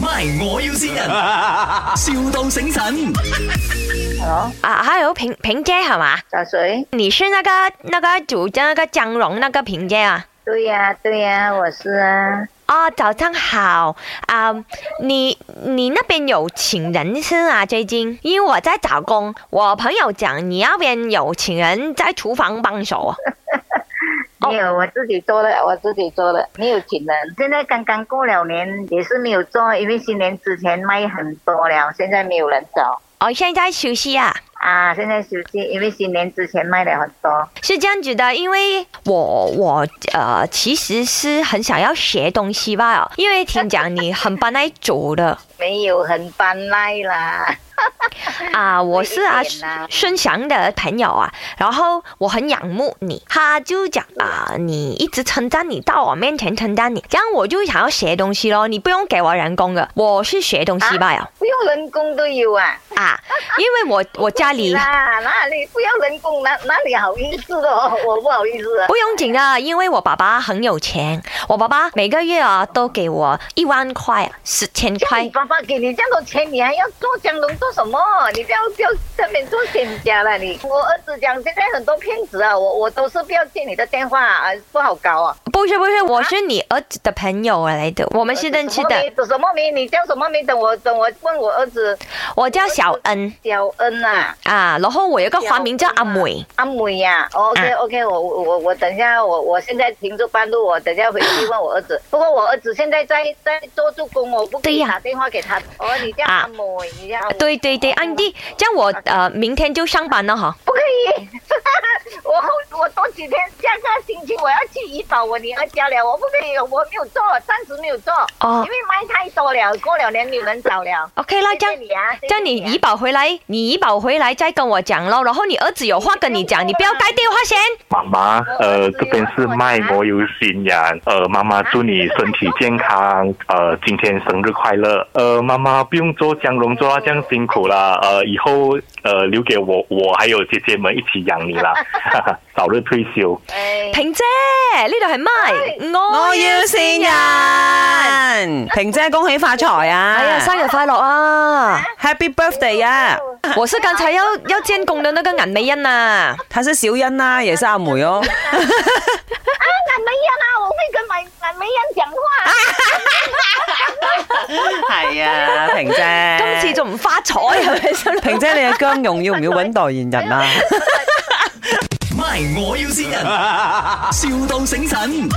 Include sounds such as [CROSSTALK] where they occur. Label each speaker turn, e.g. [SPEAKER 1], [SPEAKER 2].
[SPEAKER 1] ，My 我要先人，,笑到醒神。
[SPEAKER 2] Hello，
[SPEAKER 3] 啊，还有萍萍姐好吗？
[SPEAKER 2] 小水，
[SPEAKER 3] 你是那个那个主张那个江荣那个萍姐啊？
[SPEAKER 2] 对呀、对呀、我是啊，
[SPEAKER 3] 哦，早上好啊、你你那边有请人是啊？最近因为我在找工，我朋友讲你那边有请人在厨房帮手啊。哦
[SPEAKER 2] 没有，我自己做的，我自己做的，没有请人。现在刚刚过了年，也是没有做，因为新年之前卖很多了，现在没有人找
[SPEAKER 3] 哦，现在休息啊。
[SPEAKER 2] 啊。现在休息，因为新年之前卖了很多。
[SPEAKER 3] 是这样子的，因为我我呃其实是很想要学东西吧，因为听讲你很帮来煮的
[SPEAKER 2] 没有很搬来啦， [LAUGHS]
[SPEAKER 3] 啊，我是啊
[SPEAKER 2] 有一点啦
[SPEAKER 3] 孙翔的朋友啊，然后我很仰慕你，他就讲啊你一直称赞你到我面前称赞你，这样我就想要学东西咯，你不用给我人工的，我是学东西吧呀
[SPEAKER 2] 不用人工都有啊。
[SPEAKER 3] 啊，因为
[SPEAKER 2] [LAUGHS]
[SPEAKER 3] 我我家里。
[SPEAKER 2] 啦，哪里不要人工，哪哪里好意思哦， [LAUGHS] 我不好意思啊。
[SPEAKER 3] 不用紧啊，因为我爸爸很有钱，我爸爸每个月啊都给我一万块啊，十千
[SPEAKER 2] 叫
[SPEAKER 3] 块
[SPEAKER 2] 你。爸爸给你这样多钱，你还要做江龙做什么？你不要不要这边做骗家了你。我儿子讲现在很多骗子啊，我我都是不要接你的电话啊，不好搞啊。
[SPEAKER 3] 不是不是，我是你儿子的朋友来的，我们是认识的。
[SPEAKER 2] 什么名什么名？你叫什么名？等我等我问我儿子
[SPEAKER 3] 我叫小恩
[SPEAKER 2] 小恩啊，
[SPEAKER 3] 啊，然后我有一个花名叫阿美。
[SPEAKER 2] 阿美呀、OK OK，我我我我等一下，我我现在停住半路，我等一下回去问我儿子。不过我儿子现在在在做助攻，我不可
[SPEAKER 3] 对
[SPEAKER 2] 以
[SPEAKER 3] 呀
[SPEAKER 2] 打电话给他。哦，你叫
[SPEAKER 3] 啊
[SPEAKER 2] 阿美，你叫阿美
[SPEAKER 3] 对对对，安迪，这样我呃明天就上班了哈。
[SPEAKER 2] 不可以，我后我多几天下个星期我要去怡保我女儿家了，我不可以，我没有做，暂时没有做，
[SPEAKER 3] 哦
[SPEAKER 2] 因为卖太多了，过了年没有人找了。
[SPEAKER 3] ，OK 啦，这
[SPEAKER 2] 谢
[SPEAKER 3] 样
[SPEAKER 2] 谢你啊，谢
[SPEAKER 3] 这
[SPEAKER 2] 谢
[SPEAKER 3] 样你
[SPEAKER 2] 啊
[SPEAKER 3] 怡保回来，你怡保回来再跟我讲咯。然后你儿子有话跟你讲，你不要盖电话先。
[SPEAKER 4] 妈妈，呃，这边是卖魔油新人，呃，妈妈祝你身体健康，呃，今天生日快乐，呃，妈妈不用做江龙做到这样辛苦啦，呃，以后呃留给我，我还有姐姐们一起养你啦， [LAUGHS] 哈哈，早日退休。
[SPEAKER 2] 哎
[SPEAKER 3] 萍姐，呢度系麦，
[SPEAKER 5] 我要善人，萍姐恭喜發財啊！
[SPEAKER 3] 哎呀，生日快乐啊！
[SPEAKER 5] h a p p y Birthday 啊！
[SPEAKER 3] 我是刚才要要建工的那个眼美恩啊。
[SPEAKER 5] 她是小欣啦、也是阿梅哦。 [LAUGHS]
[SPEAKER 2] 啊，俺梅艳啊，我会跟买俺梅艳讲话。
[SPEAKER 5] 係啊，萍 [LAUGHS] 姐。
[SPEAKER 3] 今次仲唔發 [LAUGHS] 財係咪先？
[SPEAKER 5] 萍姐，你嘅姜蓉要唔要揾代言人啊？
[SPEAKER 1] My 我要先人，,笑到醒神。